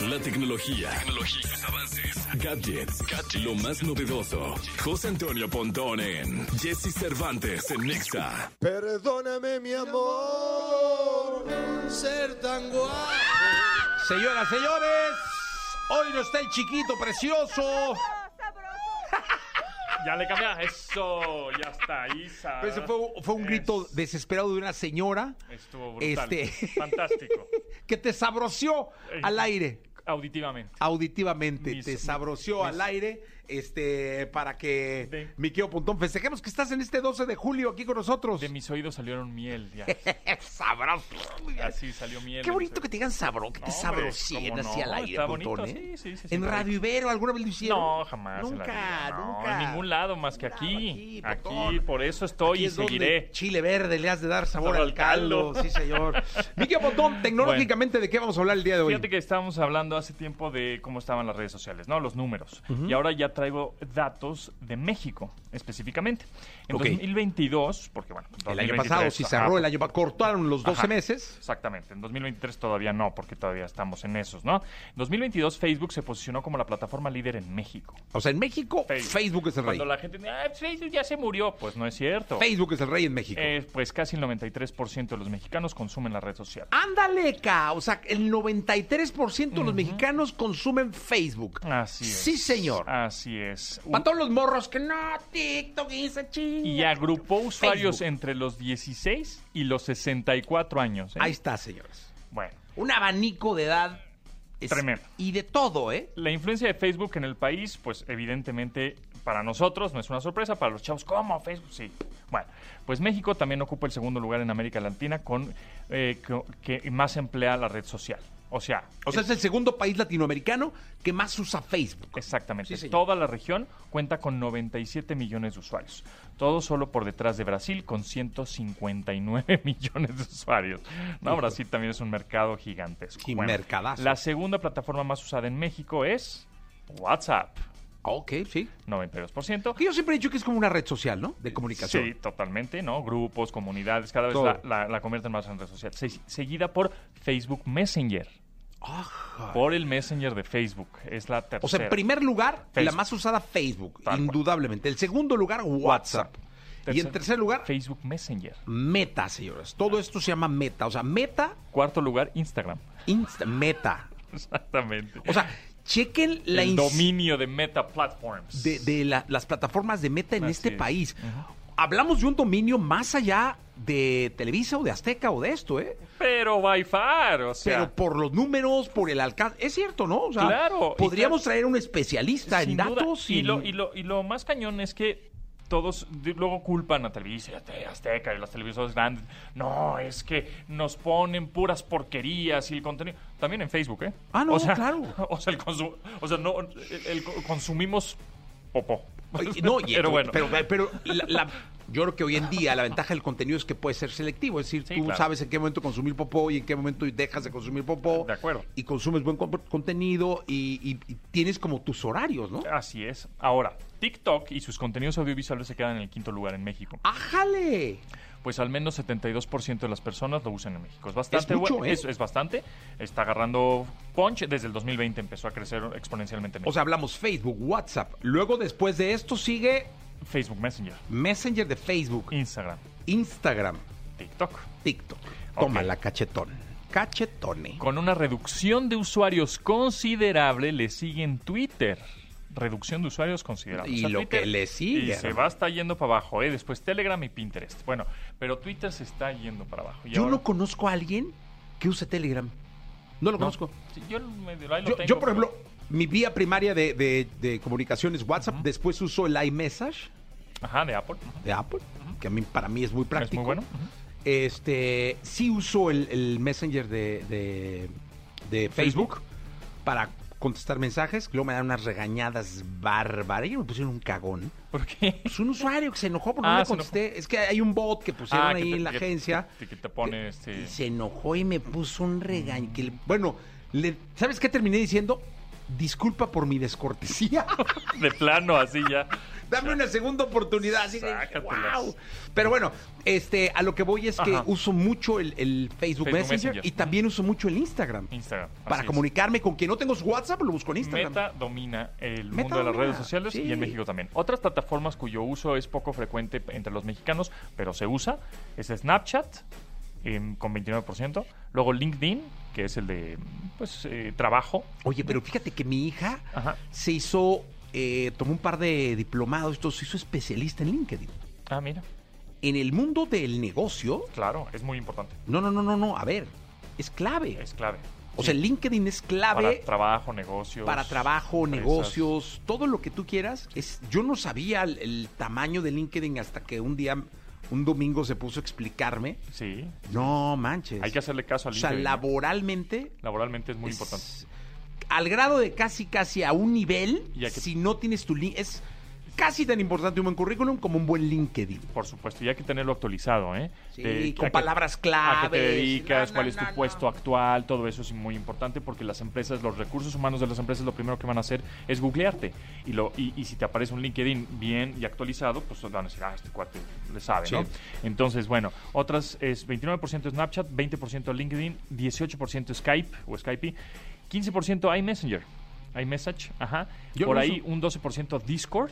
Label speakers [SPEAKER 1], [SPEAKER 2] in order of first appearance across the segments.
[SPEAKER 1] La tecnología. Tecnología, avances. Gadgets. Gadgets. Lo más novedoso. José Antonio Pontón en Jesse Cervantes en Nexa.
[SPEAKER 2] Perdóname, mi amor, ser tan guapo.
[SPEAKER 3] Señoras, señores, hoy no está el chiquito precioso.
[SPEAKER 4] Ya le cambias eso, ya está, Isa.
[SPEAKER 3] Ese fue, fue un grito desesperado de una señora
[SPEAKER 4] Estuvo brutal.
[SPEAKER 3] Este-
[SPEAKER 4] Fantástico.
[SPEAKER 3] que te sabroció al aire.
[SPEAKER 4] Auditivamente.
[SPEAKER 3] Auditivamente,
[SPEAKER 4] Mis-
[SPEAKER 3] te sabroció al aire este para que
[SPEAKER 4] De-
[SPEAKER 3] mi querido Pontón festejemos que estás en este 12 de julio aquí con nosotros.
[SPEAKER 4] De mis oídos salieron miel, ya.
[SPEAKER 3] sabroso.
[SPEAKER 4] Así salió miel.
[SPEAKER 3] Qué bonito que te digan sabro, que te
[SPEAKER 4] No, hombre,
[SPEAKER 3] sabrosien
[SPEAKER 4] cómo
[SPEAKER 3] así
[SPEAKER 4] no,
[SPEAKER 3] al aire,
[SPEAKER 4] está bonito,
[SPEAKER 3] Pontón, ¿eh?
[SPEAKER 4] sí, sí, sí, sí,
[SPEAKER 3] en
[SPEAKER 4] está
[SPEAKER 3] Radio Ibero alguna vez lo hicieron.
[SPEAKER 4] No, jamás. en
[SPEAKER 3] Nunca,
[SPEAKER 4] la vida, no,
[SPEAKER 3] nunca.
[SPEAKER 4] En ningún lado más que
[SPEAKER 3] Ningún
[SPEAKER 4] aquí.
[SPEAKER 3] lado
[SPEAKER 4] Aquí,
[SPEAKER 3] aquí, Pontón.
[SPEAKER 4] por eso estoy
[SPEAKER 3] Aquí
[SPEAKER 4] y
[SPEAKER 3] es donde
[SPEAKER 4] seguiré.
[SPEAKER 3] Chile verde le has de dar sabor
[SPEAKER 4] Sabor
[SPEAKER 3] al
[SPEAKER 4] al caldo.
[SPEAKER 3] caldo. Sí, señor. Miguel Botón, tecnológicamente, ¿de qué vamos a hablar el día de hoy?
[SPEAKER 4] Fíjate que estábamos hablando hace tiempo de cómo estaban las redes sociales, ¿no? Los números. Y ahora ya traigo datos de México, específicamente. En
[SPEAKER 3] Ok.
[SPEAKER 4] 2022, porque bueno...
[SPEAKER 3] el año pasado, si cerró el año pasado, cortaron los 12
[SPEAKER 4] Ajá.
[SPEAKER 3] meses.
[SPEAKER 4] Exactamente. En 2023 todavía no, porque todavía estamos en esos, ¿no? En 2022 Facebook se posicionó como la plataforma líder en México.
[SPEAKER 3] O sea, en México, Facebook,
[SPEAKER 4] Facebook.
[SPEAKER 3] es el rey.
[SPEAKER 4] Cuando la gente dice, ah, Facebook ya se murió. Pues no es cierto.
[SPEAKER 3] Facebook es el rey en México.
[SPEAKER 4] Eh, pues casi el 93% de los mexicanos consumen la red social.
[SPEAKER 3] Ándale, ca. O sea, el 93% de los mexicanos consumen Facebook.
[SPEAKER 4] Así es.
[SPEAKER 3] Sí, señor.
[SPEAKER 4] Así es.
[SPEAKER 3] Para todos los morros que no, TikTok y se chinga.
[SPEAKER 4] Y agrupó usuarios
[SPEAKER 3] Facebook.
[SPEAKER 4] entre los 16 y los 64 años. ¿eh?
[SPEAKER 3] Ahí está, señores.
[SPEAKER 4] Bueno.
[SPEAKER 3] Un abanico de edad. es-
[SPEAKER 4] Tremendo.
[SPEAKER 3] Y de todo, ¿eh?
[SPEAKER 4] La influencia de Facebook en el país, pues evidentemente para nosotros no es una sorpresa, para los chavos, ¿cómo? Facebook, sí. Bueno, pues México también ocupa el segundo lugar en América Latina con eh, co- que, más emplea la red social. O sea,
[SPEAKER 3] O sea, es el segundo país latinoamericano que más usa Facebook.
[SPEAKER 4] exactamente,
[SPEAKER 3] Sí, señor.
[SPEAKER 4] toda la región cuenta con 97 millones de usuarios. Todo solo por detrás de Brasil con 159 millones de usuarios. No,
[SPEAKER 3] Hijo.
[SPEAKER 4] Brasil también es un mercado gigantesco.
[SPEAKER 3] Y mercadazo.
[SPEAKER 4] La segunda plataforma más usada en México es WhatsApp.
[SPEAKER 3] Ah, Ok, sí.
[SPEAKER 4] 92%.
[SPEAKER 3] Que yo siempre he dicho que es como una red social, ¿no? De comunicación.
[SPEAKER 4] Sí, totalmente, ¿no? Grupos, comunidades, cada vez
[SPEAKER 3] Todo.
[SPEAKER 4] la, la- la convierten más en red social. Se- seguida por Facebook Messenger.
[SPEAKER 3] Ajá.
[SPEAKER 4] Por el Messenger de Facebook. Es la tercera.
[SPEAKER 3] O sea, en primer lugar, la
[SPEAKER 4] Facebook.
[SPEAKER 3] más usada Facebook,
[SPEAKER 4] Tal cual.
[SPEAKER 3] indudablemente. En segundo lugar, WhatsApp. Y en
[SPEAKER 4] Tercer-
[SPEAKER 3] tercer lugar,
[SPEAKER 4] Facebook Messenger.
[SPEAKER 3] Meta, señores. Todo esto se llama Meta. O sea, Meta,
[SPEAKER 4] Cuarto lugar, Instagram.
[SPEAKER 3] Insta, Meta.
[SPEAKER 4] Exactamente.
[SPEAKER 3] O sea, chequen la
[SPEAKER 4] el
[SPEAKER 3] ins-
[SPEAKER 4] dominio de Meta Platforms.
[SPEAKER 3] de, de la- las plataformas de Meta en
[SPEAKER 4] Así
[SPEAKER 3] este
[SPEAKER 4] es.
[SPEAKER 3] país. Hablamos de un dominio más allá de Televisa o de Azteca o de esto, ¿eh?
[SPEAKER 4] Pero by far, o sea.
[SPEAKER 3] Pero por los números, por el alcance. Es cierto, ¿no? O sea,
[SPEAKER 4] Claro, y
[SPEAKER 3] Podríamos
[SPEAKER 4] claro-
[SPEAKER 3] traer un especialista en
[SPEAKER 4] Sin duda.
[SPEAKER 3] datos
[SPEAKER 4] y... lo, y, lo, y lo más cañón es que todos de- luego culpan a Televisa, y a Te- Azteca y los televisores grandes. No, es que nos ponen puras porquerías y el contenido. También en Facebook, ¿eh?
[SPEAKER 3] Ah, no,
[SPEAKER 4] o sea,
[SPEAKER 3] claro.
[SPEAKER 4] O sea, el consu- o sea, no, el- el co- consumimos popó.
[SPEAKER 3] Oye, No, y-
[SPEAKER 4] pero bueno.
[SPEAKER 3] Pero, eh, pero la- la- yo creo que hoy en día la ventaja del contenido es que puede ser selectivo. Es decir,
[SPEAKER 4] Sí,
[SPEAKER 3] tú
[SPEAKER 4] claro.
[SPEAKER 3] sabes en qué momento consumir popó y en qué momento dejas de consumir popó.
[SPEAKER 4] De acuerdo.
[SPEAKER 3] Y consumes buen con- contenido y, y- y tienes como tus horarios, ¿no?
[SPEAKER 4] Así es. Ahora, TikTok y sus contenidos audiovisuales se quedan en el quinto lugar en México.
[SPEAKER 3] ¡Ájale!
[SPEAKER 4] pues al menos 72% de las personas lo usan en México. Es bastante
[SPEAKER 3] mucho,
[SPEAKER 4] bueno,
[SPEAKER 3] ¿eh?
[SPEAKER 4] es, es bastante. Está agarrando punch. Desde el 2020 empezó a crecer exponencialmente.
[SPEAKER 3] O sea, hablamos Facebook, WhatsApp. Luego, después de esto, sigue
[SPEAKER 4] México. Facebook Messenger,
[SPEAKER 3] Messenger de Facebook,
[SPEAKER 4] Instagram,
[SPEAKER 3] Instagram,
[SPEAKER 4] TikTok.
[SPEAKER 3] TikTok.
[SPEAKER 4] Ok.
[SPEAKER 3] Toma la cachetón. Cachetone.
[SPEAKER 4] Con una reducción de usuarios considerable, le siguen Twitter. Reducción de usuarios considerable.
[SPEAKER 3] Y
[SPEAKER 4] O sea,
[SPEAKER 3] lo
[SPEAKER 4] Twitter-
[SPEAKER 3] que le sigue,
[SPEAKER 4] Y se
[SPEAKER 3] hermano.
[SPEAKER 4] va está yendo para abajo, ¿eh? Después Telegram y Pinterest. Bueno, pero Twitter se está yendo para abajo. Y
[SPEAKER 3] Yo
[SPEAKER 4] ahora-
[SPEAKER 3] no conozco a alguien que use Telegram. No lo
[SPEAKER 4] No.
[SPEAKER 3] conozco.
[SPEAKER 4] Sí, yo, medio- ahí lo
[SPEAKER 3] Yo,
[SPEAKER 4] tengo,
[SPEAKER 3] yo, por
[SPEAKER 4] pero-
[SPEAKER 3] ejemplo, mi vía primaria de, de- de comunicaciones WhatsApp, después uso el iMessage
[SPEAKER 4] Ajá, de Apple. Ujú.
[SPEAKER 3] de Apple, que a mí, para mí es muy práctico.
[SPEAKER 4] Es muy bueno.
[SPEAKER 3] Este, sí uso el, el Messenger de, de- de Facebook,
[SPEAKER 4] Facebook.
[SPEAKER 3] para contestar mensajes, luego me dan unas regañadas bárbaras. Ellos me pusieron un cagón.
[SPEAKER 4] ¿Por qué?
[SPEAKER 3] Es un usuario que se enojó porque no
[SPEAKER 4] Ah,
[SPEAKER 3] le
[SPEAKER 4] se enojó.
[SPEAKER 3] contesté. Es que hay un bot que pusieron
[SPEAKER 4] Ah, que
[SPEAKER 3] ahí
[SPEAKER 4] te-
[SPEAKER 3] en la
[SPEAKER 4] que-
[SPEAKER 3] agencia.
[SPEAKER 4] que- que te pone, este-
[SPEAKER 3] Y se enojó y me puso un regaño. que le- bueno, le- ¿sabes qué terminé diciendo? disculpa por mi descortesía.
[SPEAKER 4] De plano, así ya.
[SPEAKER 3] Dame una segunda oportunidad. Así de,
[SPEAKER 4] Sácatelas.
[SPEAKER 3] wow. Pero bueno, este, a lo que voy es que
[SPEAKER 4] Ajá.
[SPEAKER 3] uso mucho el, el Facebook,
[SPEAKER 4] Facebook
[SPEAKER 3] Messenger,
[SPEAKER 4] Messenger.
[SPEAKER 3] y también uso mucho el Instagram.
[SPEAKER 4] Instagram. así
[SPEAKER 3] Para
[SPEAKER 4] es.
[SPEAKER 3] comunicarme con quien no tengo su WhatsApp, lo busco en Instagram.
[SPEAKER 4] Meta domina el
[SPEAKER 3] Meta
[SPEAKER 4] mundo de las
[SPEAKER 3] domina,
[SPEAKER 4] redes sociales y
[SPEAKER 3] sí.
[SPEAKER 4] en México también. Otras plataformas cuyo uso es poco frecuente entre los mexicanos, pero se usa, es Snapchat em, con 29%, luego LinkedIn, que es el de pues eh, trabajo.
[SPEAKER 3] Oye, pero fíjate que mi hija
[SPEAKER 4] Ajá.
[SPEAKER 3] se hizo, eh, tomó un par de diplomados, esto se hizo especialista en LinkedIn.
[SPEAKER 4] Ah, mira,
[SPEAKER 3] En el mundo del negocio,
[SPEAKER 4] claro, es muy importante,
[SPEAKER 3] no, no, no, no, no, a ver, es clave.
[SPEAKER 4] es clave.
[SPEAKER 3] o
[SPEAKER 4] Sí,
[SPEAKER 3] sea, LinkedIn es
[SPEAKER 4] para
[SPEAKER 3] clave
[SPEAKER 4] trabajo, negocios.
[SPEAKER 3] para trabajo,
[SPEAKER 4] empresas.
[SPEAKER 3] negocios, todo lo que tú quieras. Es, yo no sabía el, el tamaño de LinkedIn hasta que un día, un domingo se puso a explicarme.
[SPEAKER 4] Sí,
[SPEAKER 3] No manches.
[SPEAKER 4] hay que hacerle caso
[SPEAKER 3] o
[SPEAKER 4] al
[SPEAKER 3] sea,
[SPEAKER 4] LinkedIn, ¿eh?
[SPEAKER 3] laboralmente
[SPEAKER 4] Laboralmente es muy
[SPEAKER 3] es
[SPEAKER 4] importante.
[SPEAKER 3] Al grado de casi, casi a un nivel,
[SPEAKER 4] Y a que-
[SPEAKER 3] si no tienes tu link, es casi tan importante un buen currículum como un buen LinkedIn.
[SPEAKER 4] Por supuesto, y hay que tenerlo actualizado, ¿eh?
[SPEAKER 3] Sí,
[SPEAKER 4] De-
[SPEAKER 3] con
[SPEAKER 4] a qué-
[SPEAKER 3] palabras
[SPEAKER 4] ¿A qué te
[SPEAKER 3] claves.
[SPEAKER 4] dedicas?
[SPEAKER 3] No,
[SPEAKER 4] ¿Cuál
[SPEAKER 3] no,
[SPEAKER 4] es tu
[SPEAKER 3] no,
[SPEAKER 4] puesto
[SPEAKER 3] no.
[SPEAKER 4] actual? Todo eso es muy importante porque las empresas, los recursos humanos de las empresas, lo primero que van a hacer es googlearte. Y, lo, y, y si te aparece un LinkedIn bien y actualizado, pues van a decir, ah, este cuate le sabe, ¿no?
[SPEAKER 3] Sí.
[SPEAKER 4] Entonces, bueno, otras es 29% Snapchat, 20% LinkedIn, 18% Skype o Skype, 15% iMessenger, iMessage, ajá.
[SPEAKER 3] Yo
[SPEAKER 4] Por
[SPEAKER 3] lo
[SPEAKER 4] ahí un 12% Discord,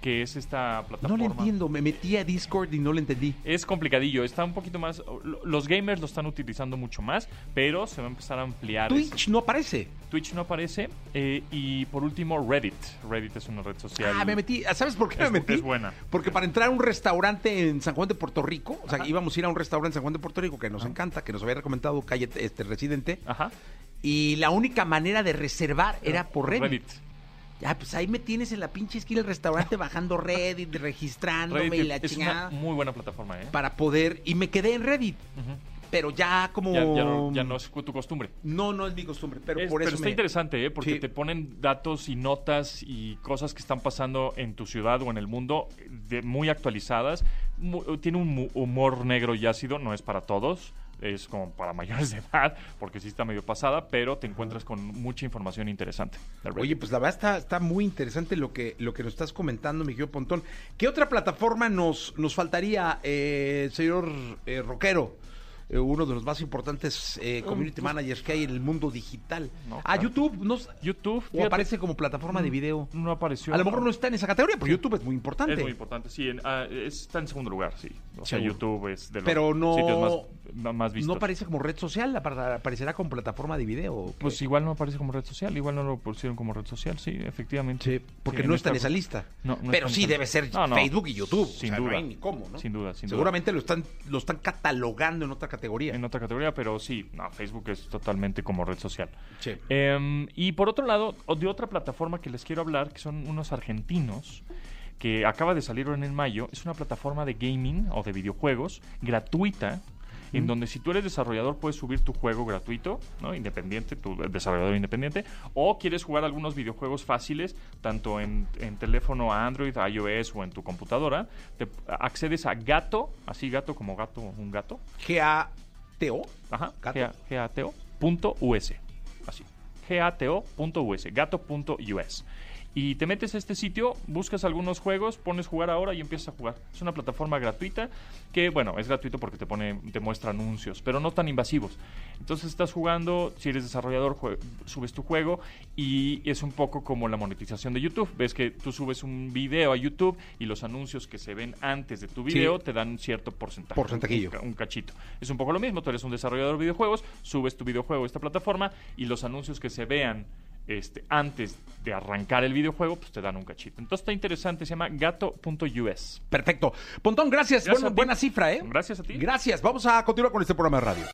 [SPEAKER 4] que es esta
[SPEAKER 3] No
[SPEAKER 4] plataforma.
[SPEAKER 3] le entiendo, me metí a Discord y no le entendí.
[SPEAKER 4] Es complicadillo, está un poquito más. lo- Los gamers lo están utilizando mucho más, pero se va a empezar a ampliar.
[SPEAKER 3] Twitch no aparece.
[SPEAKER 4] ese- Twitch no aparece. eh, y por último, Reddit. Reddit es una red social.
[SPEAKER 3] Ah, me metí. ¿Sabes por qué
[SPEAKER 4] Es
[SPEAKER 3] me
[SPEAKER 4] bu-
[SPEAKER 3] metí?
[SPEAKER 4] es buena.
[SPEAKER 3] Porque para entrar a un restaurante en San Juan de Puerto Rico, o sea, íbamos a ir a un restaurante en San Juan de Puerto Rico que nos encanta, que nos había recomendado Calle este, Residente,
[SPEAKER 4] Ajá.
[SPEAKER 3] y la única manera de reservar era por Reddit. Ah, pues ahí me tienes en la pinche esquina del restaurante bajando Reddit, registrándome
[SPEAKER 4] Reddit
[SPEAKER 3] y la
[SPEAKER 4] es
[SPEAKER 3] chingada.
[SPEAKER 4] una muy buena plataforma, ¿eh?
[SPEAKER 3] Para poder. Y me quedé en Reddit.
[SPEAKER 4] Ujú.
[SPEAKER 3] Pero ya como.
[SPEAKER 4] ya, ya no, ya no es tu costumbre.
[SPEAKER 3] No, no es mi costumbre. Pero
[SPEAKER 4] Es-
[SPEAKER 3] por eso.
[SPEAKER 4] está
[SPEAKER 3] me-
[SPEAKER 4] interesante, ¿eh? Porque
[SPEAKER 3] Sí.
[SPEAKER 4] te ponen datos y notas y cosas que están pasando en tu ciudad o en el mundo de- muy actualizadas. Mu- tiene un mu- humor negro y ácido, no es para todos. Es como para mayores de edad, porque sí está medio pasada, pero te encuentras con mucha información interesante. de Reddit.
[SPEAKER 3] Oye, pues la verdad está, está muy interesante lo que, lo que nos estás comentando, mi querido Pontón. ¿Qué otra plataforma nos, nos faltaría, eh, señor eh, Roquero? Eh, uno de los más importantes eh, community managers que hay en el mundo digital.
[SPEAKER 4] Mm, pues No,
[SPEAKER 3] ah,
[SPEAKER 4] claro.
[SPEAKER 3] YouTube. No, s-
[SPEAKER 4] YouTube
[SPEAKER 3] o
[SPEAKER 4] fíjate, Mm.
[SPEAKER 3] aparece como plataforma de video.
[SPEAKER 4] no apareció.
[SPEAKER 3] A lo mejor no está en esa categoría, pero YouTube es muy importante.
[SPEAKER 4] es muy importante, sí. en- ah, está en segundo lugar, sí. O sea,
[SPEAKER 3] Seguro.
[SPEAKER 4] YouTube es de los
[SPEAKER 3] Pero no-
[SPEAKER 4] sitios más, ma- más vistos.
[SPEAKER 3] No aparece como red social, apar- aparecerá como plataforma de video. ¿o qué?
[SPEAKER 4] Pues igual no aparece como red social, igual no lo pusieron como red social, sí, efectivamente.
[SPEAKER 3] Sí, porque
[SPEAKER 4] Sí,
[SPEAKER 3] no está en
[SPEAKER 4] esta-
[SPEAKER 3] esa lista.
[SPEAKER 4] No, no
[SPEAKER 3] Pero
[SPEAKER 4] está en
[SPEAKER 3] sí
[SPEAKER 4] esa-
[SPEAKER 3] debe ser
[SPEAKER 4] No, no.
[SPEAKER 3] Facebook y YouTube.
[SPEAKER 4] Sin
[SPEAKER 3] o sea,
[SPEAKER 4] duda.
[SPEAKER 3] No hay ni cómo, ¿no?
[SPEAKER 4] Sin duda, sin duda.
[SPEAKER 3] Seguramente lo están, lo están catalogando en otra categoría.
[SPEAKER 4] En otra categoría, pero sí, no, Facebook es totalmente como red social.
[SPEAKER 3] Sí.
[SPEAKER 4] Em, y por otro lado, o- de otra plataforma que les quiero hablar, que son unos argentinos, que acaba de salir en el mayo, es una plataforma de gaming o de videojuegos gratuita. En donde si tú eres desarrollador puedes subir tu juego gratuito, ¿no? Independiente, tu desarrollador independiente. O quieres jugar algunos videojuegos fáciles, tanto en, en teléfono Android, iOS o en tu computadora. Te accedes a Gato, así gato como gato, un gato.
[SPEAKER 3] G-A-T-O.
[SPEAKER 4] Ajá,
[SPEAKER 3] Gato.
[SPEAKER 4] G- gato.us. Así. gato.us, gato.us. Y te metes a este sitio, buscas algunos juegos, pones jugar ahora y empiezas a jugar. Es una plataforma gratuita que, bueno, es gratuito porque te pone te muestra anuncios, pero no tan invasivos. Entonces estás jugando, si eres desarrollador, jue- subes tu juego y es un poco como la monetización de YouTube. Ves que tú subes un video a YouTube y los anuncios que se ven antes de tu
[SPEAKER 3] Sí.
[SPEAKER 4] video te dan cierto porcentaje.
[SPEAKER 3] Porcentajeillo.
[SPEAKER 4] Un ca- un cachito. Es un poco lo mismo, tú eres un desarrollador de videojuegos, subes tu videojuego a esta plataforma y los anuncios que se vean este, antes de arrancar el videojuego, pues te dan un cachito. Entonces está interesante, se llama gato.us.
[SPEAKER 3] Perfecto. Pontón, gracias.
[SPEAKER 4] Gracias
[SPEAKER 3] Bueno,
[SPEAKER 4] a ti.
[SPEAKER 3] buena cifra, ¿eh?
[SPEAKER 4] Gracias a ti.
[SPEAKER 3] Gracias. Vamos a continuar con este programa de radio.